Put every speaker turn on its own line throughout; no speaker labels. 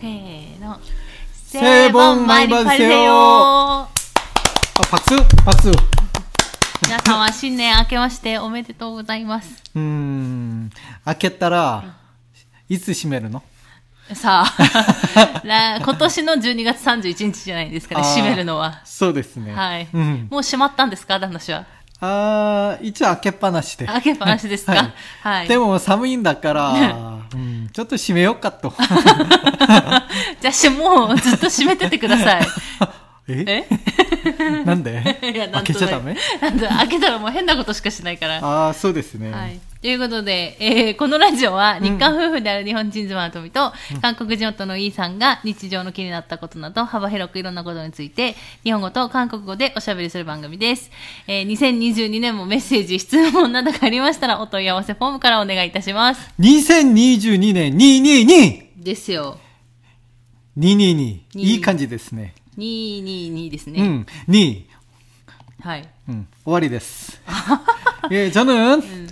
せーの
새해 복 많이 받으세요. あパクスパクスう
皆さんは新年明けましておめでとうございます
ーん開けたらいつ閉めるの
さ あら今年の12月31日じゃないですかね
あー
閉めるのは
そうですね
はい、
うん、
もう閉まったんですか旦那氏は
あー一応開けっぱなしで
開けっぱなしですか
はい
はい
でも寒いん だから、うん、ちょっと閉めようかと
じゃあしもうずっと閉めててください
え
え
なん で
いやな
開
ん
け
と
ちゃ
な
ダ
く
メ
なんと開けたらもう変なことしかしないから
ああそうですね、
はい。ということで、えーこのラジオは日韓夫婦である日本人妻の富と、韓国人夫のイーさんが日常の気になったことなど幅広くいろんなことについて、日本語と韓国語でおしゃべりする番組です。えー2022年もメッセージ、質問などがありましたらお問い合わせフォームからお願いいたします。
2022年222
ですよ。
222
うん
いい感じですね
222です
う
ね。
ん2
はい。
음, 오월이데스. 예, 저는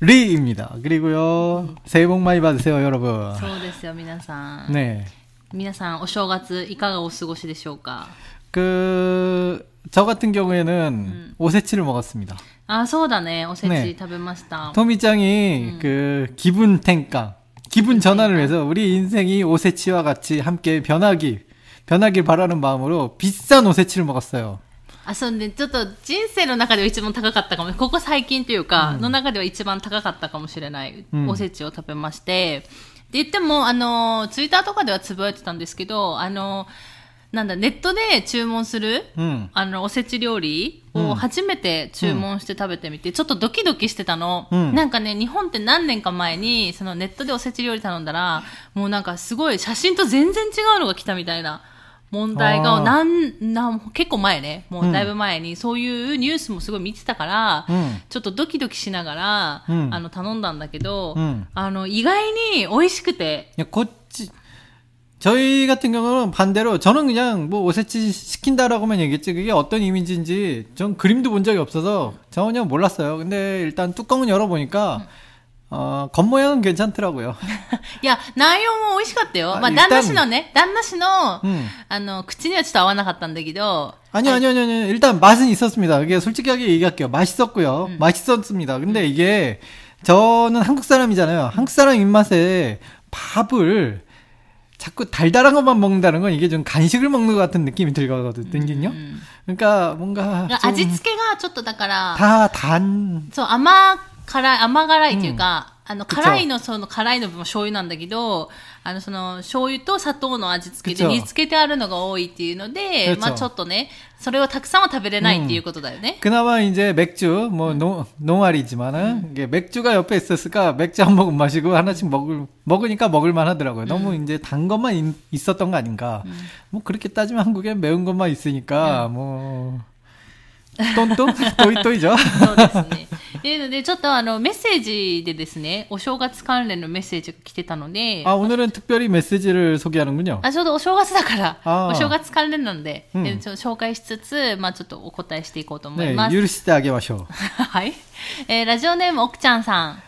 리입니다. 그리고요, 새해 복 많이 받으세요, 여러분.
そうですよ、皆さん。
네.
皆さん、お正月いかがお過ごしでしょうか
그, 저 같은 경우에는 오세치를 먹었습니다.
あ、そうだね。おせ
ね
ち食べま
어.
した。
토미짱이 그 기분 탱강, 기분 전환을 위해서 우리 인생이 오세치와 같이 함께 변하기, 변하길 바라는 마음으로 비싼 오세치를 먹었어요.
あそうね、ちょっと人生の中では一番高かったかもここ最近というか、の中では一番高かったかもしれない、
うん
おせちを食べましてで言ってもあのツイッターとかではつぶやいてたんですけどあのなんだネットで注文する、
음,
あのおせち料理
うん
を初めて注文して食べてみて、ちょっとドキドキしてたの、
うん
なんかね日本って何年か前にそのネットでおせち料理頼んだらもうなんかすごい写真と全然違うのが来たみたいな問題
あ
が
ー
なんなん結構前ねも
ん
うだいぶ前に、そういうニュースもすごい見てたから、
음,
ちょっとドキドキしながら、
うん
あの頼んだんだけど、
음.
あの意外に美味しくて
그냥 고치 저희 같은 경우는 반대로 저는 그냥 뭐 오세치 시킨다라고만 얘기했지 그게 어떤 이미지인지 전 그림도 본 적이 없어서 전혀 몰랐어요. 근데 일단 뚜껑은 열어보니까 어, 겉모양은 괜찮더라고요.
いや内容も美味しかったよ、
あ
まあ、
言った
旦那
ん
氏のね旦那氏の、
음.
あの、口にはちょっと合わなかったんだけど、
아니요, 아니요, 아니요, 아니요. 일단 맛은 있었습니다. 그게 솔직하게 얘기할게요. 맛있었고요. 맛있었습니다. 근데 이게 저는 한국 사람이잖아요. 한국 사람 입맛에 밥을 자꾸 달달한 것만 먹는다는 건 이게 좀 간식을 먹는 것 같은 느낌이 들거든요. 그러니까 뭔가
が味付けがちょっとだから、
좀다단
そう、甘辛い、甘辛いというか、あの、辛いの、その辛いの分も醤油なんだけど、あの、その、醤油と砂糖の味付けで
그쵸
煮付けてあるのが多いっていうので、
그쵸
まあちょっとね、それをたくさんは食べれないっていうことだよね。
그나마 이제 맥주 뭐 농, 농알이지만은
음.
이게 맥주가 옆에 있었으니까 맥주 한 모금 마시고 하나씩 먹을 먹으니까 먹을만 하더라고요. 너무
음.
이제 단 것만 있, 있었던 거 아닌가. 뭐 그렇게 따지면 한국에 매운 것만 있으니까
음.
뭐 똔똔 또이또이죠.
そうですね。っていうので、ちょっとあの、メッセージでですね、お正月関連のメッセージが来てたので、
아 오늘은 특별히 메시지를 소개하는군요.
あちょうどお正月だから、
あー
お正月関連なんで、
うん
えちょ紹介しつつ、まあ、ちょっとお答えしていこうと思い
네
ます。
유르시대 아게마쇼.
はい、えーラジオネーム、奥ちゃんさん。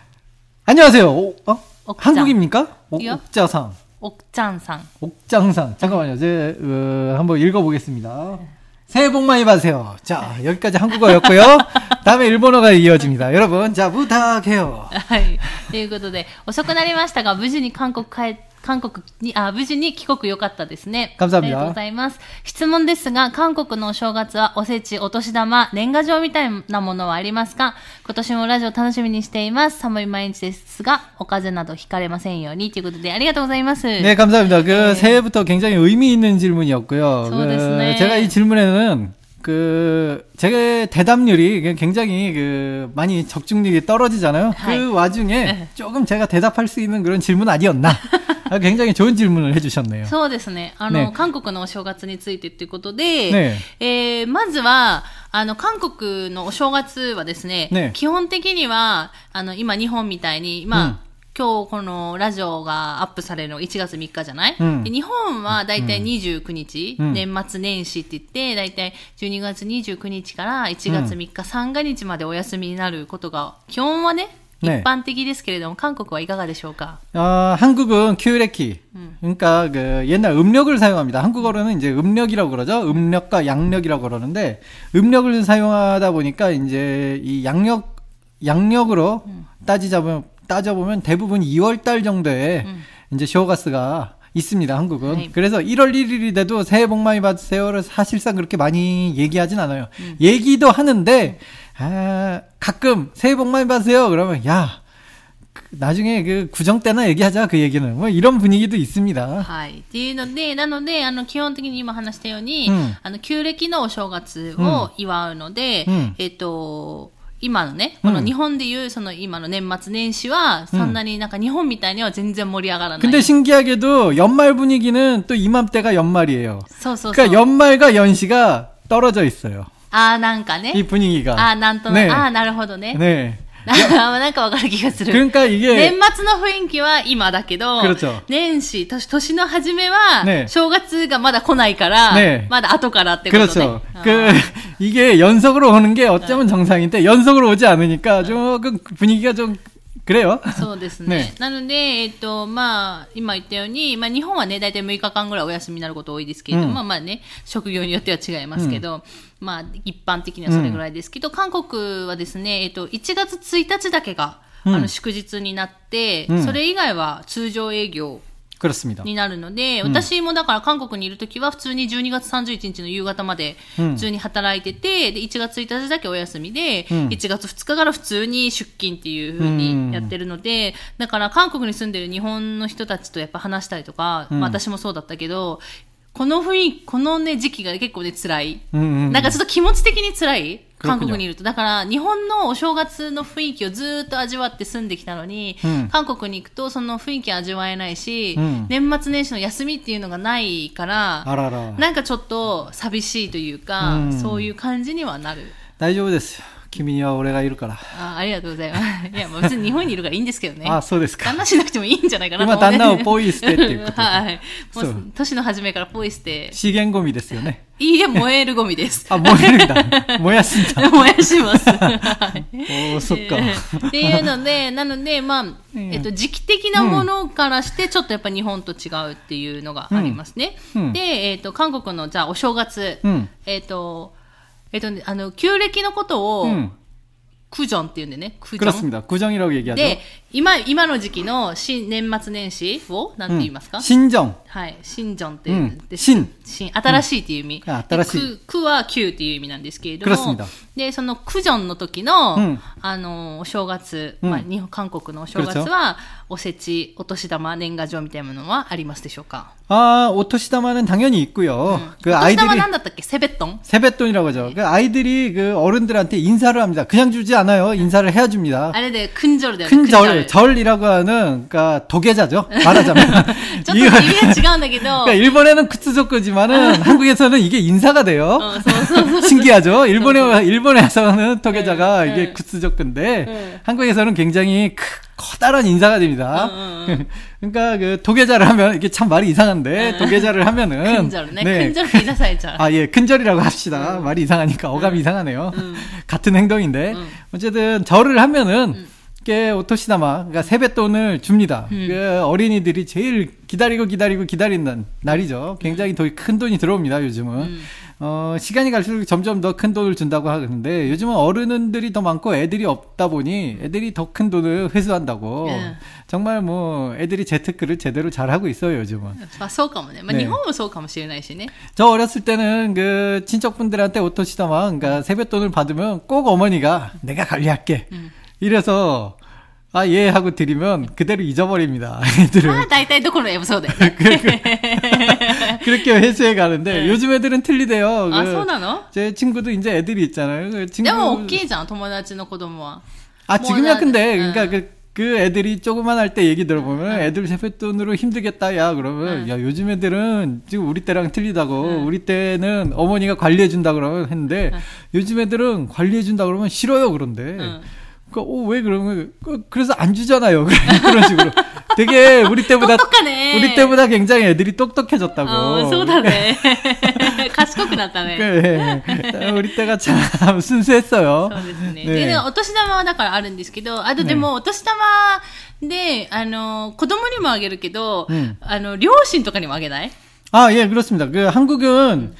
안녕하세요. 오, 어?
옥장.
한국입니까? 옥-
이요?
옥자상.
奥ちゃん さん。
옥장상 잠깐만요. 제 어, 한번 읽어보겠습니다. 새해 복 많이 받으세요. 자 여기까지 한국어였고요. 다음에 일본어가 이어집니다. 여러분 자 부탁해요.
はい。ということで、遅くなりましたが、無事に韓国帰韓国に、あ、無事に帰国良かったですね。
감사합니다
ありがとうございます。質問ですが、韓国のお正月はおせち、お年玉、年賀状みたいなものはありますか今年もラジオ楽しみにしています。寒い毎日ですが、お風邪などひかれませんように。ということで、ありがとうございます。
네 감사합니다. 그 새해부터 굉장히 의미 있는 질문이었고요.
저 됐네.
그, 제가 이 질문에는 그 제가 대답률이 굉장히 그 많이 적중률이 떨어지잖아요.
하이.
그 와중에 조금 제가 대답할 수 있는 그런 질문 아니었나? 아, 굉장히 좋은 질문을 해주셨네요.
そうですね。あの、
ね
韓国のお正月についてということで、
ね
えーまずは、あの、韓国のお正月はですね、
ね
基本的には、あの、今日本みたいに、まあ、
うん
今日このラジオがアップされるの1月3日じゃない、
うん
で日本はだいたい29日、
うん
年末年始って言って、だいたい12月29日から1月3日、三が日までお休みになることが、基本はね、
네.
一般的ですけれども、韓国はいかがでしょうか
아, 한국은 큐레키. 그러니까 그 옛날 음력을 사용합니다. 한국어로는 이제 음력이라고 그러죠. 음력과 양력이라고 그러는데 음력을 사용하다 보니까 이제 이 양력 양력으로 따지자면 따져보면 대부분 2월 달 정도에 이제 쇼가스가 있습니다. 한국은.
네.
그래서 1월 1일이 돼도 새해 복 많이 받으세요를 사실상 그렇게 많이 얘기하진 않아요. 얘기도 하는데 아, 가끔 새해 복 많이 받으세요 그러면 야 그- 나중에 그 구정 때나 얘기하자 그 얘기는 뭐 이런 분위기도 있습니다.
はい。っていうので、なので、あの、基本的に今話したように、
うん
あの、旧暦のお正月を祝うので、
うん
えっと、今のね、
う
こ
ん
の日本でいう、その今の年末年始は、そんなになんか日本みたいには全然盛り上がらない。
근데 신기하게도 연말 분위기는 또 이맘때가 연말이에요.
そうそうそう。
그러니까 연말과 연시가 떨어져 있어요.
ああ、なんか
이
ね。
분위기가.
ああ、なんとなく、
네
ああ、なるほどね。
네.
ああ なんかわかる気がする。
그러니까 이게
年末の雰囲気は今だけど
그렇죠、
年始、年年の初めは
ね、
正月がまだ来ないから、
ね
まだ後からってことね
그렇죠. 。그 이게 연속으로 오는 게 어쩌면 정상인데 연속으로 오지 않으니까 조금 그 분위기가 좀 그래요.
そうですね。
ね
なので、えっと、まあ、今言ったように、まあ、日本はね、大体6日間ぐらいお休みになること多いですけれども、
うん
まあまあね、職業によっては違いますけど、まあ、一般的にはそれぐらいですけど、韓国はですね、えっと、1月1日だけが、
うん
あの、祝日になって、
うん
それ以外は通常営業
그렇습니다.
になるので、私もだから韓国にいるときは普通に12月31日の夕方まで
うん
普通に働いてて、で、1月1日だけお休みで、
うん
1月2日から普通に出勤っていう風にやってるので、だから韓国に住んでる日本の人たちとやっぱ話したりとか、
うん
まあ私もそうだったけど、この雰囲気、このね、時期が結構ね、辛い。
음, 음, 음.
なんかちょっと気持ち的に辛い韓国
그렇군요.
にいると。だから、日本のお正月の雰囲気をずーっと味わって住んできたのに、
うん
韓国に行くとその雰囲気味わえないし、
うん
年末年始の休みっていうのがないから、
알아라.
なんかちょっと寂しいというか、
うん
そういう感じにはなる。
大丈夫です。君には俺がいるから。
あありがとうございます。 いや、もう別に日本にいるからいいんですけどね。
あ、そうです
旦
か。
那しなくてもいいんじゃないかなと
今、
思
旦那を
イ。
ポイ捨てっていうこ と
はい。も
そうう、
年の初めからポイ捨て、
資源ゴミですよね。
いいえ、燃えるゴミです。
あ、燃えるんだ。燃やすん だ。
燃やします。はい
おー、そっか。
えーっていうので、なので、まあ、
ん
えっと、時期的なものからして、ちょっとやっぱ日本と違うっていうのがありますね。
うんうん
で、えっと、韓国の、じゃあ、お正月、
うん。
えっと、えっとね、あの、旧暦のことを、
うん。
クジョンっていうんでね、クジョン。
음, 그렇습니다. 구정이라고 얘기하죠.
で、今、今の時期の新年末年始を、なんて言いますか、
음. 신정. 음,
はい、新ジョンって
う
い
ん
う、で
新
新、新しいっていう意味。
うんあ新しい
でくくは旧っていう意味なんですけれど
クラスミ
も
だ、
で、そのクジョンの時の、
うん
あの、お正月、
うん
まあ、日本、韓国のお正月は、おせち、お年玉、年賀状みたいなものはありますでしょうか
아, 오토시다마는 당연히 있고요.
お
그
年玉
아이들이
なんだったっけセベットン
세뱃돈이라고 하죠. 그 아이들이 그 어른들한테 인사를 합니다. 그냥 주지 네. 않아요. 인사를 해야 줍니다.
あれで、クンジョルだよね。
큰
クンジョ
절,
ル
절이라고 하는, 그니까, 도계자죠. 말하자면.
ちょっと意味が違うんだけど、
그러니까 일본에는
어.
쿠츠조크지만은 한국에서는 이게 인사가 돼요.
うんそうそう。
신기하죠? 일본에, 일본에서는 토계자가 이게
네.
쿠츠조크인데
네.
한국에서는 굉장히 크- 커다란 인사가 됩니다.
응,
그러니까 그 토계자를 하면 이게 참 말이
네.
이상한데 토계자를
ク
하면은
ンジョルね。クンジョルって言いなさいじゃん。
아, 예, 큰절이라고 합시다. 말이 이상하니까 어감이 이상하네요. 같은 행동인데. 어쨌든, 절을 하면은, 게 오토시나마, 그러니까 세뱃돈을 줍니다. 그 어린이들이 제일 기다리고 기다리고 기다리는 날이죠. 굉장히 돈이- 큰 돈이 들어옵니다, 요즘은. 어, 시간이 갈수록 점점 더 큰 돈을 준다고 하는데, 요즘은 어른들이 더 많고 애들이 없다 보니, 애들이 더 큰 돈을 회수한다고.
예.
정말 뭐, 애들이 재테크를 제대로 잘하고 있어요, 요즘은.
まあ、そうかもね。まあ、
ね
日本もそうかもしれないしね。
저 어렸을 때는 그 친척분들한테 오토시다마 그러니까 세뱃돈을 받으면 꼭 어머니가 내가 관리할게 이래서 아 예 하고 드리면 그대로 잊어버립니다 애들은
まあ、大体どこの絵もそうだよね。
그렇게 회수해 가는데 요즘 애들은 틀리대요
あ、
그
そうなの
제 친구도 이제 애들이 있잖아요
でも
그 친구
大きいじゃん、友達の子供は。
아
뭐
지금이야
나-
근데 그러니까
응.
그, 그 애들이 조그만 할 때 얘기 들어보면
네.
애들 세뱃돈으로 힘들겠다 야 그러면 야 요즘 애들은 지금 우리 때랑 틀리다고
네.
우리 때는 어머니가 관리해 준다 그러면 했는데 요즘 애들은 관리해 준다 그러면 싫어요 그런데
네.
그러니까 어, 왜 그러면 그- 그래서 안 주잖아요 그런 식으로 되게 우리 때보다
똑똑하네. 어,
우리 때보다 굉장히 애들이 똑똑해졌다고
うん、そうだね。賢くくなったね。
그,
네.
예. 우리 때가 참 순수했어요. 네.
そうですね。
ええ
で、なんかお年玉はだからあるんですけど、あとでもお年玉で、あの、子供にもあげるけど、
うん
あの、両親とかにもあげない
아, 예, 그렇습니다. 그 한국은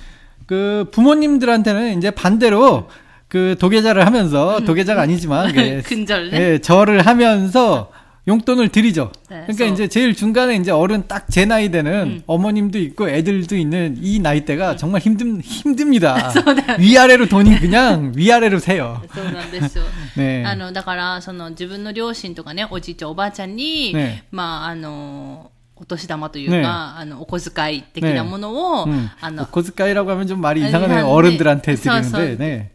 그 부모님들한테는 이제 반대로 그 도계자를 하면서 도계자가 아니지만 그
음. 근절.
예, 절을 하면서 용돈을 드리죠.
네,
그러니까
그래서- 음.
이제 제일 중간에 이제 어른 딱 제 나이 되는 어머님도 있고 애들도 있는 이 나이 때가 정말 힘든 힘듭니다.
네.
위아래로 돈이 그냥 위아래로 새요. 네.
そうなんですよ。
ね
あの、だから、その自分の両親とかね、おじいちゃん、おばあちゃんに、
ね
まあ、あの、お年玉というか、
ね
あの、お小遣い的なものを、
음,
あの、
고스카이라고 하면 좀 말이
아, 아니, 네.
이상하네요.
한-
어른들한테
네.
드리는데,
서서.
네.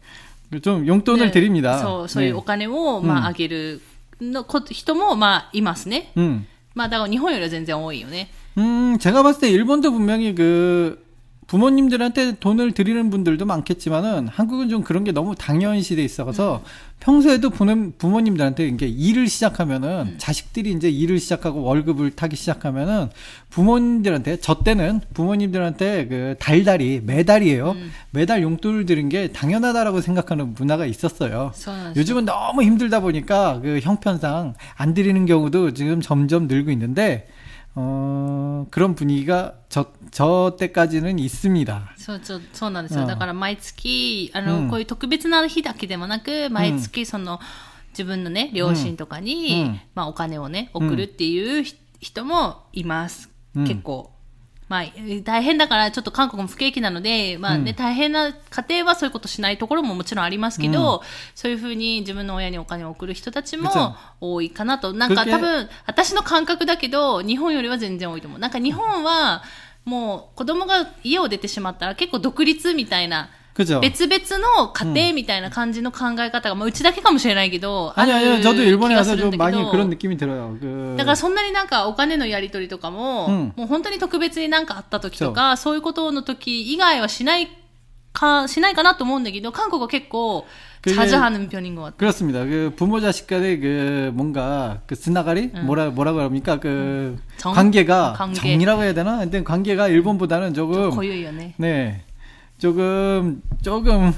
좀 용돈을 드립니다.
そう、そういうお
네.
金を、まあ、あげるのこ人も、まあ、いますね。
음.
まあ、だから日本よりは全然多いよね。
음, 제가 봤을 때 일본도 분명히 그 부모님들한테 돈을 드리는 분들도 많겠지만은 한국은 좀 그런 게 너무 당연시 돼 있어서 평소에도 부는 부모님들한테 이게 일을 시작하면은 자식들이 이제 일을 시작하고 월급을 타기 시작하면은 부모님들한테 저 때는 부모님들한테 그 달달이 매달이에요. 매달 용돈을 드린 게 당연하다라고 생각하는 문화가 있었어요.
そうなんですよ。
요즘은 너무 힘들다 보니까 그 형편상 안 드리는 경우도 지금 점점 늘고 있는데 어 그런 분위기가 저, 저 때까지는 있습니다.
そうそうそうなんですよ、
うん
だから毎月あの、
うん
こういう特別な日だけでもなく毎月その、自分のね両親とかに、
うん
まあ、お金をね送るっていうひ人もいます、
うん
結構。まあ、大変だから、ちょっと韓国も不景気なので、まあね、大変な家庭はそういうことしないところももちろんありますけど、そういうふうに自分の親にお金を送る人たち
그쵸
も多いかなと。なんか
그렇게
多分、私の感覚だけど、日本よりは全然多いと思う。なんか日本は、もう子供が家を出てしまったら結構独立みたいな、
그죠?
別々の家庭みたいな感じの考え方が、まあうちだけかもしれないけど、
아니 아니요.
る
저도
気
일본에
が
가서
するん
좀
だけ
많이
ど
그런 느낌이 들어요. 그
だからそんなになんかお金のやり取りとかも、
うん
もう本当に特別になんかあった時とか、そういうことの時以外はしないか、しないかなと思うんだけど、韓国は結構、
그게-
자주 하는 편인 것 같아요.
그렇습니다. 그 부모 자식 간의 그 뭔가 그 스나가리 뭐라 뭐라고 합니까? 그
정?
관계가
관계.
정이라고 해야 되나? 근데 관계가 일본보다는 조금
濃いよね。
네 조금 조금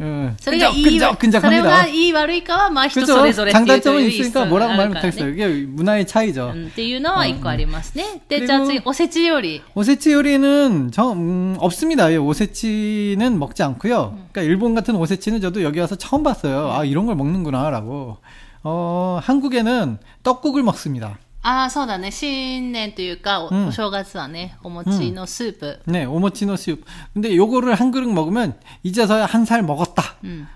어,
それがいい、それ
끈적끈적합니다.
がいい悪いかは、まあ人そ
그렇죠.
れぞれっていうと
장단점은
いう
있으니까 음.
一緒
뭐라고
があ
말
るからね
못하겠어요. 아, 그러니까. 이게 문화의 차이죠.
うんっていうのは一個ありますね。
う
で、
ん
じゃあ
で
次
も、
おせち料理。
오세치 요리는 저, 음, 없습니다. 예, 오세치는 먹지 않고요. 그러니까 일본 같은 오세치는 저도 여기 와서 처음 봤어요. 아 이런 걸 먹는구나라고. 어 한국에는 떡국을 먹습니다.
ああ、そうだね。新年というか、お,、
うん
正月はね、お餅のスープ。
네, 오모치노 수육. 근데 요거를 한 그릇 먹으면 이제서야 한 살 먹었다.
うん。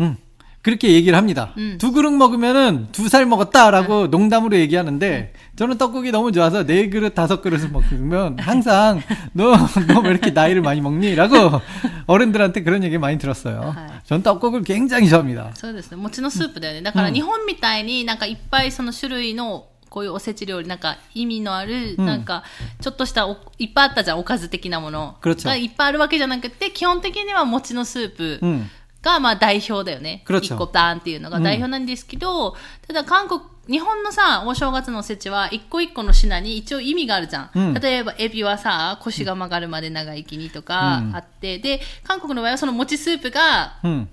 음, 그렇게 얘기를 합니다.
음.
두 그릇 먹으면은 두 살 먹었다라고 농담으로 얘기하는데 저는 떡국이 너무 좋아서 네 그릇 다섯 그릇을 먹으면 항상 너 너 왜 이렇게 나이를 많이 먹니?라고 어른들한테 그런 얘기 많이 들었어요.
아.
전 떡국을 굉장히 좋아합니다.
そうですね。餅のスープだよね。だから日本みたいになんかいっぱいその種類のこういうおせち料理、なんか意味のある、
ん
なんかちょっとしたおいっぱいあったじゃん、おかず的なもの。
그렇죠
がいっぱいあるわけじゃなくて、基本的には餅のスープ
음,
がまあ代表だよね。
그렇죠
一個ダーンっていうのが代表なんですけど、ただ韓国、日本のさ、お正月のおせちは、一個一個の品に一応意味があるじゃん。
うん
例えば、エビはさ、腰が曲がるまで長生きにとか
うん
あって、で、韓国の場合はその餅スープが
음.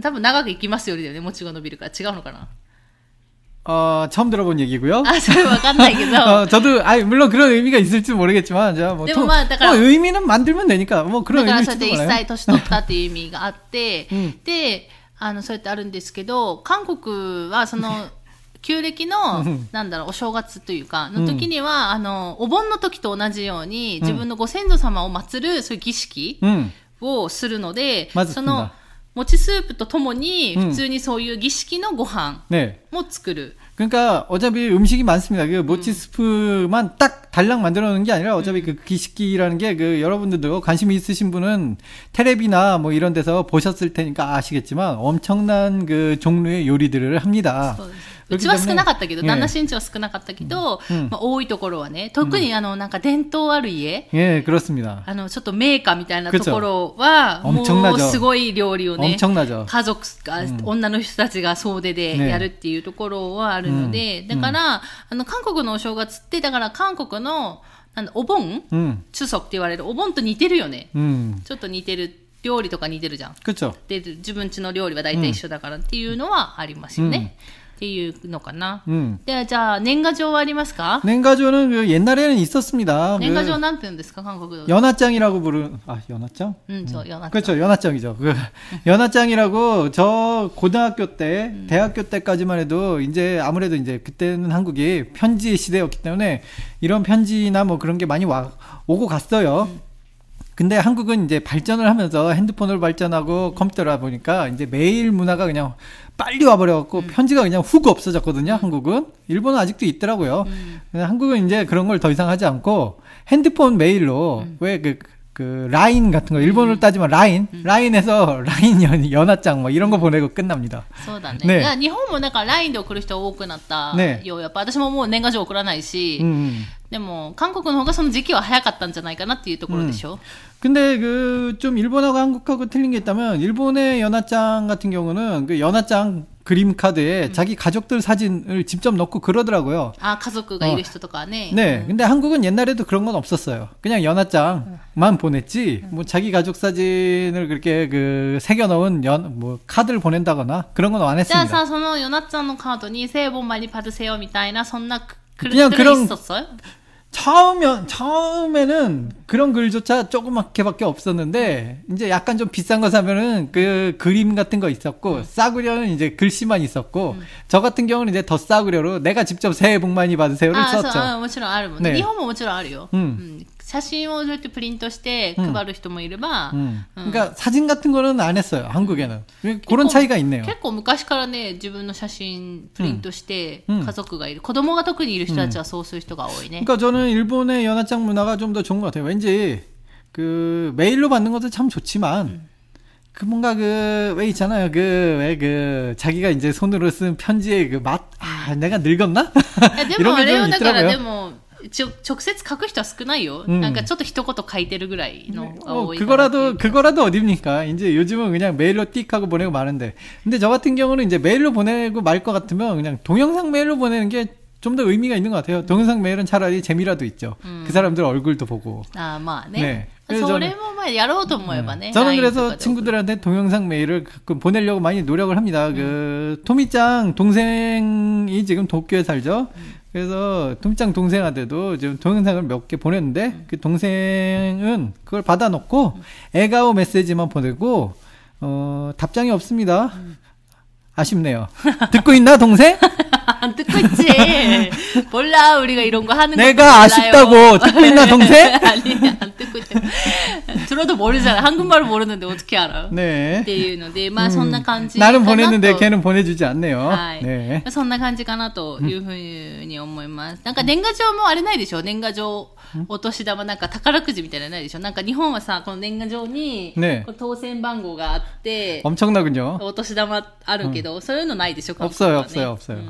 多分長くいきますよりだよね、もちが伸びるから。違うのかな
어 처음 들어본 아, 얘기고요.
あ、それわかんないけ
어,
ど。
저도 아 물론 그런 의미가 있을지 모르겠지만 제가 뭐,
근데 뭐
통-
막 약간-
뭐 의미는 만들면 되니까 뭐
だ
그런
から
의미일
そうやっ
지도
て一
몰라요.
歳年取ったっていう意味があって、
うん
で、あの、そうやってあるんですけど、韓国はその、旧暦の
うん、
なんだろう、お正月というか、の時には、あの、お盆の時と同じように、自分のご先祖様を祀る、そういう儀式
음.
をするので、
まず
その、餅スープとともに、
うん
普通にそういう儀式のご飯
네.
も作る。
그러니까 어차피 음식이 많습니다. 그 모치스프만 딱 달랑 만들어 놓은 게 아니라 어차피 그 기식기라는 게 그 여러분들도 관심 이 있으신 분은 테레비나 뭐 이런 데서 보셨을 테니까 아시겠지만 엄청난 그 종류의 요리들을 합니다.
そうですうちは少なかったけど、
ね
旦那新地は少なかったけど、まあ、多いところはね、特にあの、なんか伝統ある家、
예, 그렇습니다.
あの、ちょっと名家みたいな
그쵸
ところは、も
엄청나죠
うすごい料理をね、
엄청나죠.
家族が、女の人たちが総出で
ね
やるっていうところはあるので、だから、あの、韓国のお正月って、だから韓国の、なんだお盆
음,
中足って言われるお盆と似てるよね。
음.
ちょっと似てる料理とか似てるじゃん。
그렇죠.
で、自分家の料理は大体一緒だからっていうのはありますよね。っていうのかな。
음.
で、じゃあ、年賀状はありますか
냉가조는 그 옛날에는 있었습니다. 그
年賀状なんて言うんですか韓国で。
연하짱이라고 부르는 아 연하짱?
うん、そう、よなちゃん
그렇죠 연하짱이죠. 그 연하짱이라고 저 고등학교 때, 대학교 때까지만 해도 이제 아무래도 이제 그때는 한국이 편지 시대였기 때문에 이런 편지나 뭐 그런 게 많이 와 오고 갔어요. 근데 한국은 이제 발전을 하면서 핸드폰을 발전하고 컴퓨터라 보니까 이제 메일 문화가 그냥 빨리 와버려갖고 편지가 그냥 훅 없어졌거든요. 한국은 일본은 아직도 있더라고요. 근데 한국은 이제 그런 걸 더 이상 하지 않고 핸드폰 메일로 왜 그 그 라인 같은 거 일본으로 따지면 라인 라인에서 라인 연, 연하장 뭐 이런 거 보내고 끝납니다.
そうだね。
ね
いや日本もなんか LINE で送る人多くなった
ね
よう、やっぱ私ももう年賀状送らないし、
음.
でも韓国の方がその時期は早かったんじゃないかなっていうところでしょ、
근데 그 좀 일본하고 한국하고 틀린 게 있다면 일본의 연하짱 같은 경우는 그 연하짱 그림 카드에 자기 가족들 사진을 직접 넣고 그러더라고요.
あ家族がいる人とかね。
네. 근데 한국은 옛날에도 그런 건 없었어요. 그냥 연하장만 보냈지, 뭐 자기 가족 사진을 그렇게 그 새겨넣은 연, 뭐 카드를 보낸다거나 그런 건 안
じゃあ
했습니다.
さ、そのヨナッちゃんのカードにセーボンマリパドセヨみたいな、そんなくく
그냥그런
있었어요
처음엔, 처음에는 그런 글조차 조그맣게밖에 없었는데, 이제 약간 좀 비싼 거 사면은 그 그림 같은 거 있었고, 싸구려는 이제 글씨만 있었고, 저 같은 경우는 이제 더 싸구려로 내가 직접 새해 복 많이 받으세요를
あそう
썼죠.
あ、もちろんあるもんね。
ね
日本ももちろんあるよ。
うん
ん写真をそうやってプリントして配る人もいれば、
음.
음.
그러니까 사진 같은 거는 안 했어요, 한국에는. 그런
꼭-
차이가 있네요.
結構昔からね、自分の写真プリントして
うん
家族がいる、子供が特にいる人たちはそうする人が多いね。
그러니까 저는 일본의 연하장 문화가 좀 더 좋은 것 같아요. 왠지 그 메일로 받는 것도 참 좋지만 그 뭔가 그 왜 있잖아요. 그 왜 그 자기가 이제 손으로 쓴 편지의 그 맛. 아 내가 늙었나?
えで
이런
もあ
게
れを
좀
だからで
있더라고요.
もちょ直接書く人は少ないよ、
うん
なんかちょっと一言書いてるぐらいのが
어,
多いかなっていう
그거라도 그거라도 어딥니까? 이제 요즘은 그냥 메일로 띡 하고 보내고 마는데. 근데 저 같은 경우는 이제 메일로 보내고 말 것 같으면 그냥 동영상 메일로 보내는 게 좀 더 의미가 있는 것 같아요. 동영상 메일은 차라리 재미라도 있죠. 그 사람들 얼굴도 보고.
あーまあね
ね
それもまあやろうと思えばね、
저는
LINE
그래서
とかで送る
친구들한테 동영상 메일을 가끔 보내려고 많이 노력을 합니다.
음.
그 토미짱 동생이 지금 도쿄에 살죠. 그래서 토미짱 동생한테도 지금 동영상을 몇 개 보냈는데
음.
그 동생은 그걸 받아놓고 애가오 메시지만 보내고 어 답장이 없습니다.
음.
아쉽네요. 듣고 있나 동생?
안 듣고 있지 몰라 우리가 이런 거 하는
내가
것도 몰라요.
아쉽다고 듣고 있나 동생?
아니 안 듣고 있지 들어도 모르잖아 한국말 모르는데 어떻게 알아
네.
っていうのでまあそんな感じかなと
나는
네.
보냈는데 걔는 보내주지 않네요.
はい、
네.
そんな感じかなというふうに思います。なんか年賀状もあれないでしょ年賀状、お年玉なんか宝くじみたいなのないでしょなんか日本はさ、この年賀状に、
ね
こう当選番号があって、
엄청나군요.
お年玉あるけど、そういうのないでしょ韓国
없어요,
は、ね、
없어요, 없어요.
うん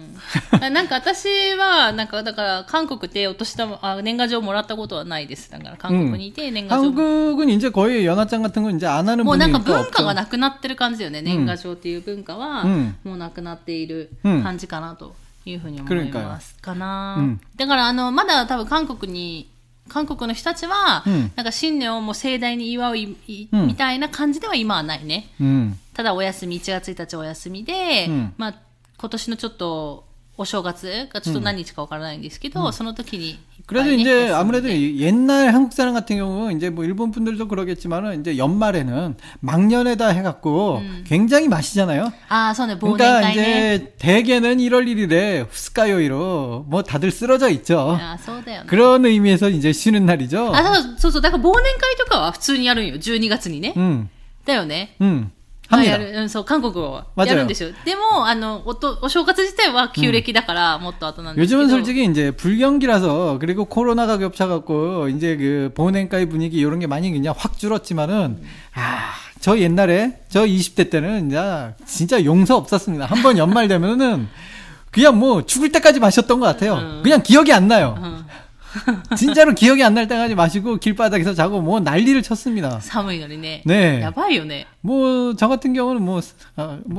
なんか私は、なんかだから韓国でお年玉、あ年賀状もらったことはないです。だから韓国にいて年賀状も、
한국은 이제 거의 연하장 같은 건 이제 안 하는
もう
분이
なんか
뭐, 거의
文化
없죠.
がなくなってる感じだよね。年賀状っていう文化は、
うん
もうなくなっている感じかなというふうに思
うん
います。かな、
うん
だからあの、まだ多分韓国に、韓国の人たちは、
음,
なんか新年をもう盛大に祝ういい
うん
みたいな感じでは今はないね。
음,
ただお休み、1月1日お休みで、
うん
まあ、今年のちょっと、お正月がちょっと何日かわからないんですけど、その時にいっぱ
그래서
いね、
이제
休んで
아무래도 이 옛날 한국 사람 같은 경우는 이제 뭐 일본 분들도 그러겠지만은 이제 연말에는 막년에다 해갖고 굉장히 마시잖아요.
ああ、そうね、忘年
그러니까
会ね。
이제 대개는 1월 1일에 후스카요이로 뭐 다들 쓰러져 있죠.
ああ、そうだよね。
그런 의미에서 이제 쉬는 날이죠.
あそうそうそう、だから忘年会とかは普通にやるんよ、12月にね。
음,
だよね。
음,
まあや
합니다.
る、うん、そう、韓国を
맞아요
やるんですよ。でも、あの、おと、お正月自体は旧暦だから、もっと後なんですけど。
요즘은 솔직히 이제 불경기라서 그리고 코로나가 겹쳐갖고 이제 그 보냉가의 분위기 이런 게 많이 그냥 확 줄었지만은 아 저 옛날에 저 20대 때는 진짜 진짜 용서 없었습니다. 한 번 연말 되면은 그냥 뭐 죽을 때까지 마셨던 것 같아요. 그냥 기억이 안 나요. 진짜로 기억이 안 날 때까지 마시고 길바닥에서 자고 뭐 난리를 쳤습니다.
寒いのにね。
ね
やばいよね。
뭐 저 같은 경우는 뭐뭐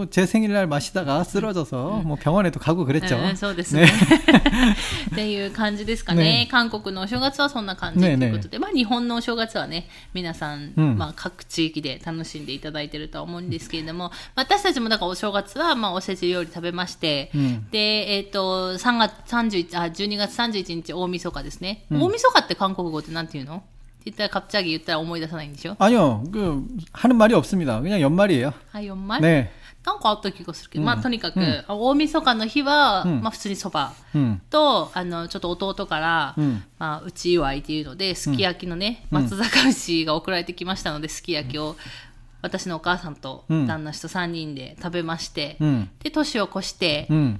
음. 제 생일날 마시다가 쓰러져서 뭐 병원에도 가고 그랬죠.
うん、そうですね。 っていう感じですかね。
ね
韓国のお正月はそんな感じとい
ね
う
ね
ことで、まあ日本のお正月はね、皆さん、
うん
まあ各地域で楽しんでいただいてるとは思うんですけれども、まあ私たちもだからお正月はまあおせち料理食べまして、
うん
で、えっ、と、3月31、あ、12月31日大晦日ですね。大晦日って韓国語ってなんていうのって言ったら갑자기言ったら思い出さないんでしょ
아니요, 그 하는 말이 없습니다. 그냥 연말이에요.
あ、4枚
네,
なんかあった気がするけど、まあとにかく、大晦日の日は、
ん
まあ普通にそば。
음,
と、あの、ちょっと弟から、
음,
まあ、うち祝いっていうので、すき焼きのね、
うん
松阪牛が送られてきましたので、すき焼きを、私のお母さんと
うん
旦那氏と3人で食べまして、
음,
で、年を越して、
음.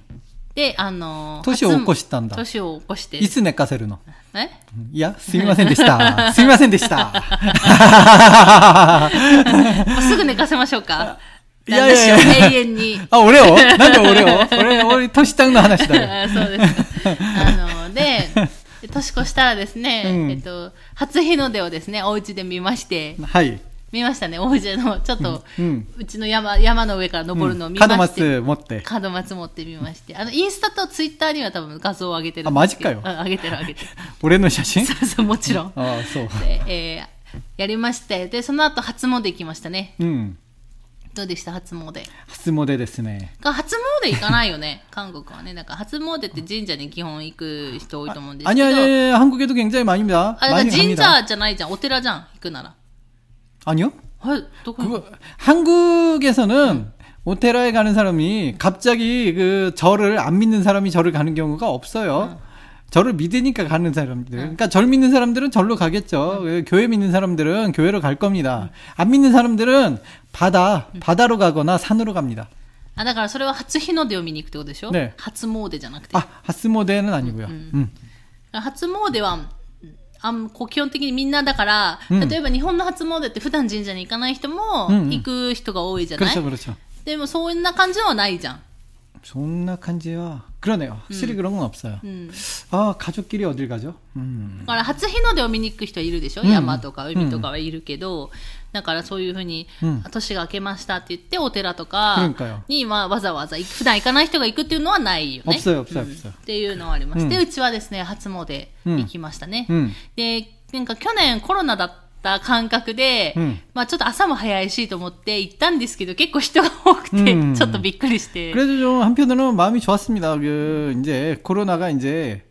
で、あのー、
年を
初
起こしたんだ
年を起こして、
이스 네카세르노.
ね
야, 스미마센데시타. 스미마센데시타.
もう すぐ寝かせましょうか。
い
旦那
やいやい
氏
や
を永遠 に。
아, 오래요? 난데 오래요? 오래, 오래, 토시땅나 하나시다.
あそうですか。あの、で、 年越したらですね、
うん
えっと、初日の出をですね、お家で見まして、
하이.
見ましたね、お家の、ちょっと、う
う
ん
うん
ちの山、山の上から登るのを見まして。
카드마스 못대.
門松持ってみまして。あの、インスタとツイッターには多分画像を上げてる
あ
んですけど。
マジか
よ。上げてる上げてる。
오래노 샤신?
そうそう、もちろん。
아, 소.
で、えーやりまして。で、その後初詣行きましたね。
음.
どうでした初詣。
하스모데 데스네.
が初詣行かないよね。 韓国はね。なんか初詣って神社に基本行く人多いと思うんですけ
아니,
ど。
아니, 아니, 한국에도 굉장히 많입니다.
あ、だから
많이
神
갑니다.
社じゃないじゃん。お寺じゃん。行くなら。
아니요?
はい、どこに
그거 한국에서는 오테라에 가는 사람이 갑자기 그 절을 안 믿는 사람이 절을 가는 경우가 없어요. 절을 믿으니까 가는 사람들. 그러니까 절 믿는 사람들은 절로 가겠죠. 그 교회 믿는 사람들은 교회로 갈 겁니다. 안 믿는 사람들은 바다, 바다로 가거나 산으로 갑니다.
あ、だからそれは初日の出を見に行くってことでしょ
ね
初詣じゃなくて。
아, 하스모데는 아니고요. 음.
初詣は、あんこう基本的にみんなだから、
うん
例えば日本の初詣って普段神社に行かない人も
うんうん
行く人が多いじゃない、
그렇죠, 그렇죠.
でもそんな感じのはないじゃん。
존나 칸지와 그러네요. 확실히 그런 건 없어요.
うん、
아, 가족끼리 어딜 가죠? 음.
だから初日の出を見に行く人はいるでしょ、
うん
山とか海とかはいるけど、だからそういうふうに、
うん
年が明けましたって言ってお寺と
그러
か
니까요
に、まあ、わざわざ行く普段行かない人が行くっていうのはないよね。
없어요, 없어요,
うん
없어요.
っていうのはありまして、
う
うちはですね、初詣行きましたね。
음.
で、なんか去年コロナだった感覚で、
うん
まあちょっと朝も早いしと思って行ったんですけど、結構人が多くて、
うん
ちょっとびっくりして。
그래도 좀 한편으로는 마음이 좋았습니다. 그 이제 코로나가 이제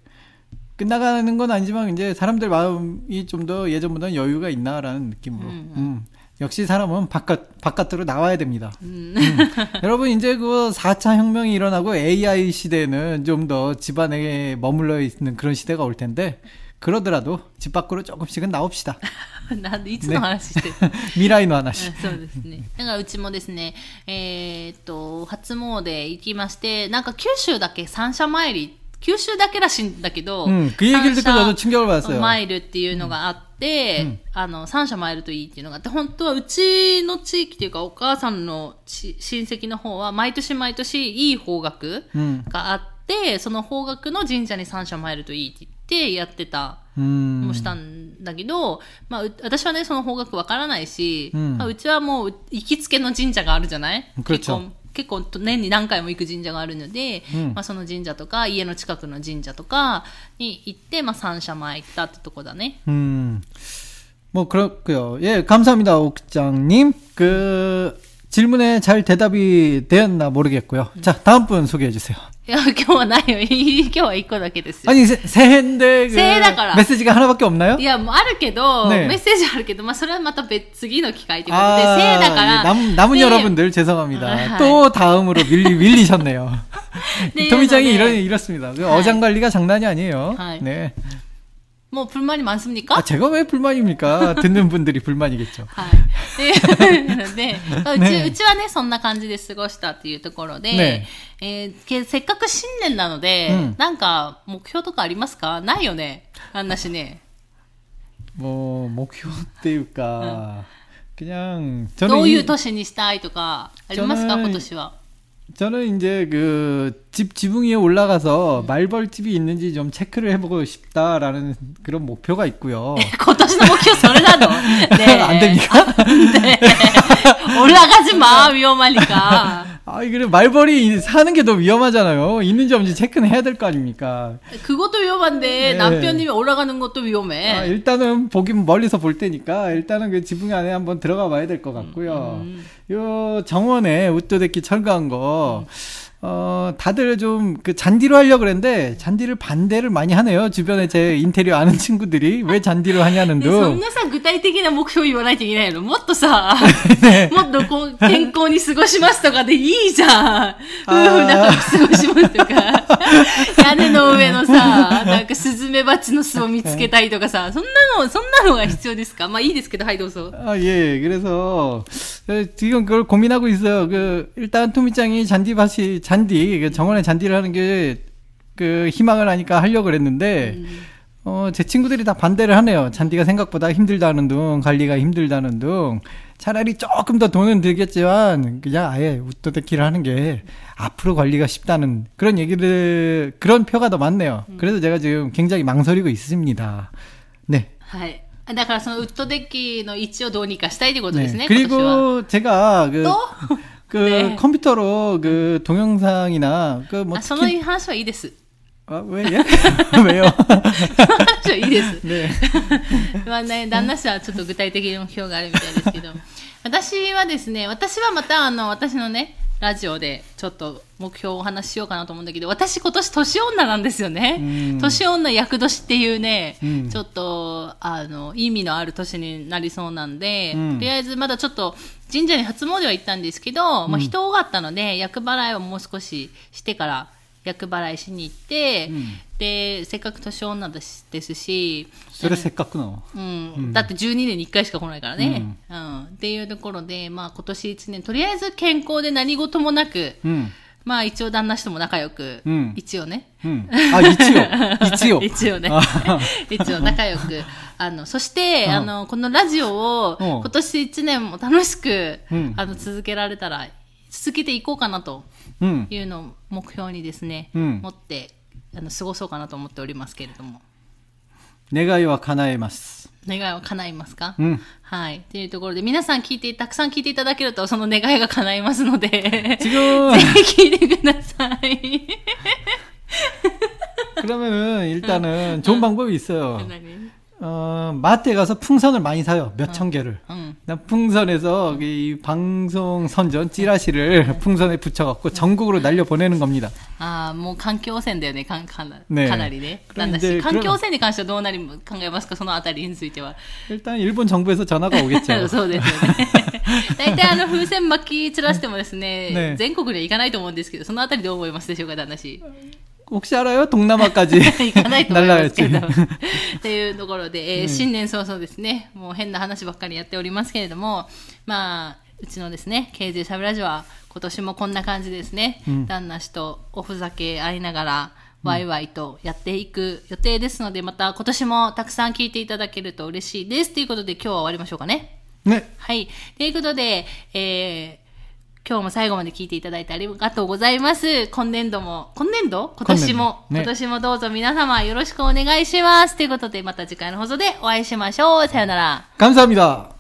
끝나가는 건 아니지만 이제 사람들 마음이 좀 더 예전보다는 여유가 있나라는 느낌으로.
음.
음. 역시 사람은 바깥 바깥으로 나와야 됩니다. 음.
うん、
여러분 이제 그 4차 혁명이 일어나고 AI 시대는 좀 더 집안에 머물러 있는 그런 시대가 올 텐데 그러더라도 집 밖으로 조금씩은 나옵시다.
なんで、いつの話してる、
미라이노
うん
하나씩.
そうですね。だからうちもですね、えーっと、初詣行きまして、なんか九州だけ三社参り、九州だけらしいんだけど、
음, 그 얘기를 듣고 저도
三社
충격을 받았어요.
マイルっていうのがあって、あの、三社マイルといいっていうのがあって、本当はうちの地域っていうか、お母さんのち親戚の方は、毎年毎年いい方角
음.
があって、その方角の神社に三社マイルといいって言ってやってた。
음.
もしたんだけど、まあ、う私はね、その方角わからないし、
う
うんまあ、うちはもう、行きつけの神社があるじゃない
그렇죠
結構、結構年に何回も行く神社があるので、
うん
まあ、その神社とか、家の近くの神社とかに行って、まあ、三社前行ったってとこだね。
음, 뭐 그렇고요. 예, 감사합니다, 옥장님. 그 질문에 잘 대답이 되었나 모르겠고요. 자, 다음 분 소개해 주세요.
いや、今日はないよ。 今日は一個だけですよ。
아니 새- 새해인데 그
새해다가라. 예,
메시지가 하나밖에 없나요?
いや、もうあるけど、
ね
メッセージあるけど、まあ、それはまた別、次の機会ということで、せ
아,
いだから。
예, 남, 남은
で
여러분들 죄송합니다.
아하.
또 다음으로 밀리 밀리셨네요.
네,
도미장이
네.
이런 이렇습니다. 그 어장 관리가 장난이 아니에요.
아이.
네.
もう、プルマニ많습니까
아, 제가 왜 불만입니까? 듣는 분들이 불만이겠죠.
はい。でなので、まあうち、
ね
うちはね、そんな感じで過ごしたっていうところで、
ね
えーけせっかく新年なので、
うん
なんか目標とかありますかないよね。あんなしね。
뭐 목표 때일까? 그냥
どう
이-
いう年にしたいとか、ありますか
저는
今年は。
저는 이제 그 집 지붕 위에 올라가서 말벌집이 있는지 좀 체크를 해보고 싶다라는 그런 목표가 있고요.
今年の目標それなのねえ
안 됩니까?
ねえ올라가지 마, 위험하니까.
아, 그래 말벌이 사는 게 더 위험하잖아요. 있는지 없는지 체크는 해야 될 거 아닙니까?
그것도 위험한데
네.
남편님이 올라가는 것도 위험해.
아, 일단은 보긴 멀리서 볼 테니까 일단은 그 지붕 안에 한번 들어가 봐야 될 것 같고요. 요 정원에 웃도대기 철거한 거. 어, 다들 좀 그 잔디로 하려고 그랬는데 잔디를 반대를 많이 하네요. 주변에 제 인테리어 아는 친구들이 왜 잔디로 하냐는
でそん
둥
なさ、具体的な目標言わないといけないの。もっと さ、もっとこう、健康に過ごしますとかでいい じゃん。夫婦仲良く過ごしますとか。 屋根の上のさ、なんかスズメバチの巣を見つけたいとかさ、そんなの、そんなのが必要ですかまあいいですけど、はい、どうぞ。
아, 예. 그래서 에, 지금 그걸 고민하고 있어요. 그 일단 토미짱이 잔디밭이 잔디 그 정원에 잔디를 하는 게 그 희망을 하니까 하려고 그랬는데 어, 제 친구들이 다 반대를 하네요. 잔디가 생각보다 힘들다는 둥, 관리가 힘들다는 둥. 차라리 조금 더 돈은 들겠지만 그냥 아예 웃도대기를 하는 게 앞으로 관리가 쉽다는 그런 얘기를 그런 표가 더 많네요. 그래서 제가 지금 굉장히 망설이고 있습니다. 네.
はい。だからそのウッドデッキの位置をどうにかしたいということですね、今年は。
네. 그리고 제가 그,
또?
그
네.
컴퓨터로 그 동영상이나 그뭐
あその話はいいです。
아, 왜 예? 왜요?
その話はいいです。 まあね、旦那氏はちょっと具体的な目標があるみたいですけど、私はですね、私はまたあの、私のね、ラジオでちょっと目標をお話ししようかなと思うんだけど、私今年年女なんですよね
ん。
年女厄年っていうね、
うん
ちょっと、あの、意味のある年になりそうなんで、
うん
とりあえずまだちょっと神社に初詣は行ったんですけど、まあ人多かったので、厄払いをもう少ししてから、厄払いしに行って、
ん
で、せっかく年女ですですし、
소리 새깎구나.
うんだって12年に1回しか来ないからね。うんっていうところで、まあ今年1年、とりあえず健康で何事もなく、
음.
まあ一応旦那氏とも仲良く、
うん
一応ね。
음. 아, 이치요. 네. 아, 이치요.
一応ね
あ。
一応仲良く。あの、そして、
うん
あの、このラジオを、
うん
今年一年も楽しく、
うん
あの、続けられたら、続けていこうかなと
음.
いうのを目標にですね、
うん
持って、あの、過ごそうかなと思っておりますけれども。
내가이와 가나에마스.
願いは叶いますか、
음.
はい。というところで、皆さん聞いて、たくさん聞いていただけると、その願いが叶いますので、ぜ
지금
ひ聞いてください。
그러면은 일단은 좋은 방법이 있어요.
何
어, 마트에 가서 풍선을 많이 사요. 몇 천 개를.
うん。
난 풍선에서 이 방송 선전 찌라시를 풍선에 붙여갖고 전국으로 날려 보내는 겁니다.
ああ、もう環境汚染だよね、かんかな
ねえ
かなりね。
これ
なんだ
で
し、環
これ
境汚染に関してはどうなりも考えますか、そのあたりについては。
일단 일본 정부에서 전화가
そ
오겠죠.
う そうですよね。 大体あの風船巻き散らしてもですね、
ねえ
全国には行かないと思うんですけど、そのあたりどう思いますでしょうか、旦那氏。
혹시 알아요? 동남아까지
行かないと思いますけど。
날라갈지.
っていうところで、えー新年早々ですね、もう変な話ばっかりやっておりますけれども、まあ、うちのですね、KJ しゃべラジオは今年もこんな感じですね、旦那氏とおふざけ合いながら、ワイワイとやっていく予定ですので、また今年もたくさん聞いていただけると嬉しいです。ということで今日は終わりましょうかね。
네.
はい。ということで、えー今日も最後まで聞いていただいてありがとうございます。今年度も、今年度今年も
今年度
今
ね
年もどうぞ皆様よろしくお願いします。ということで、また次回の放送でお会いしましょう。さよなら。
감사합니다.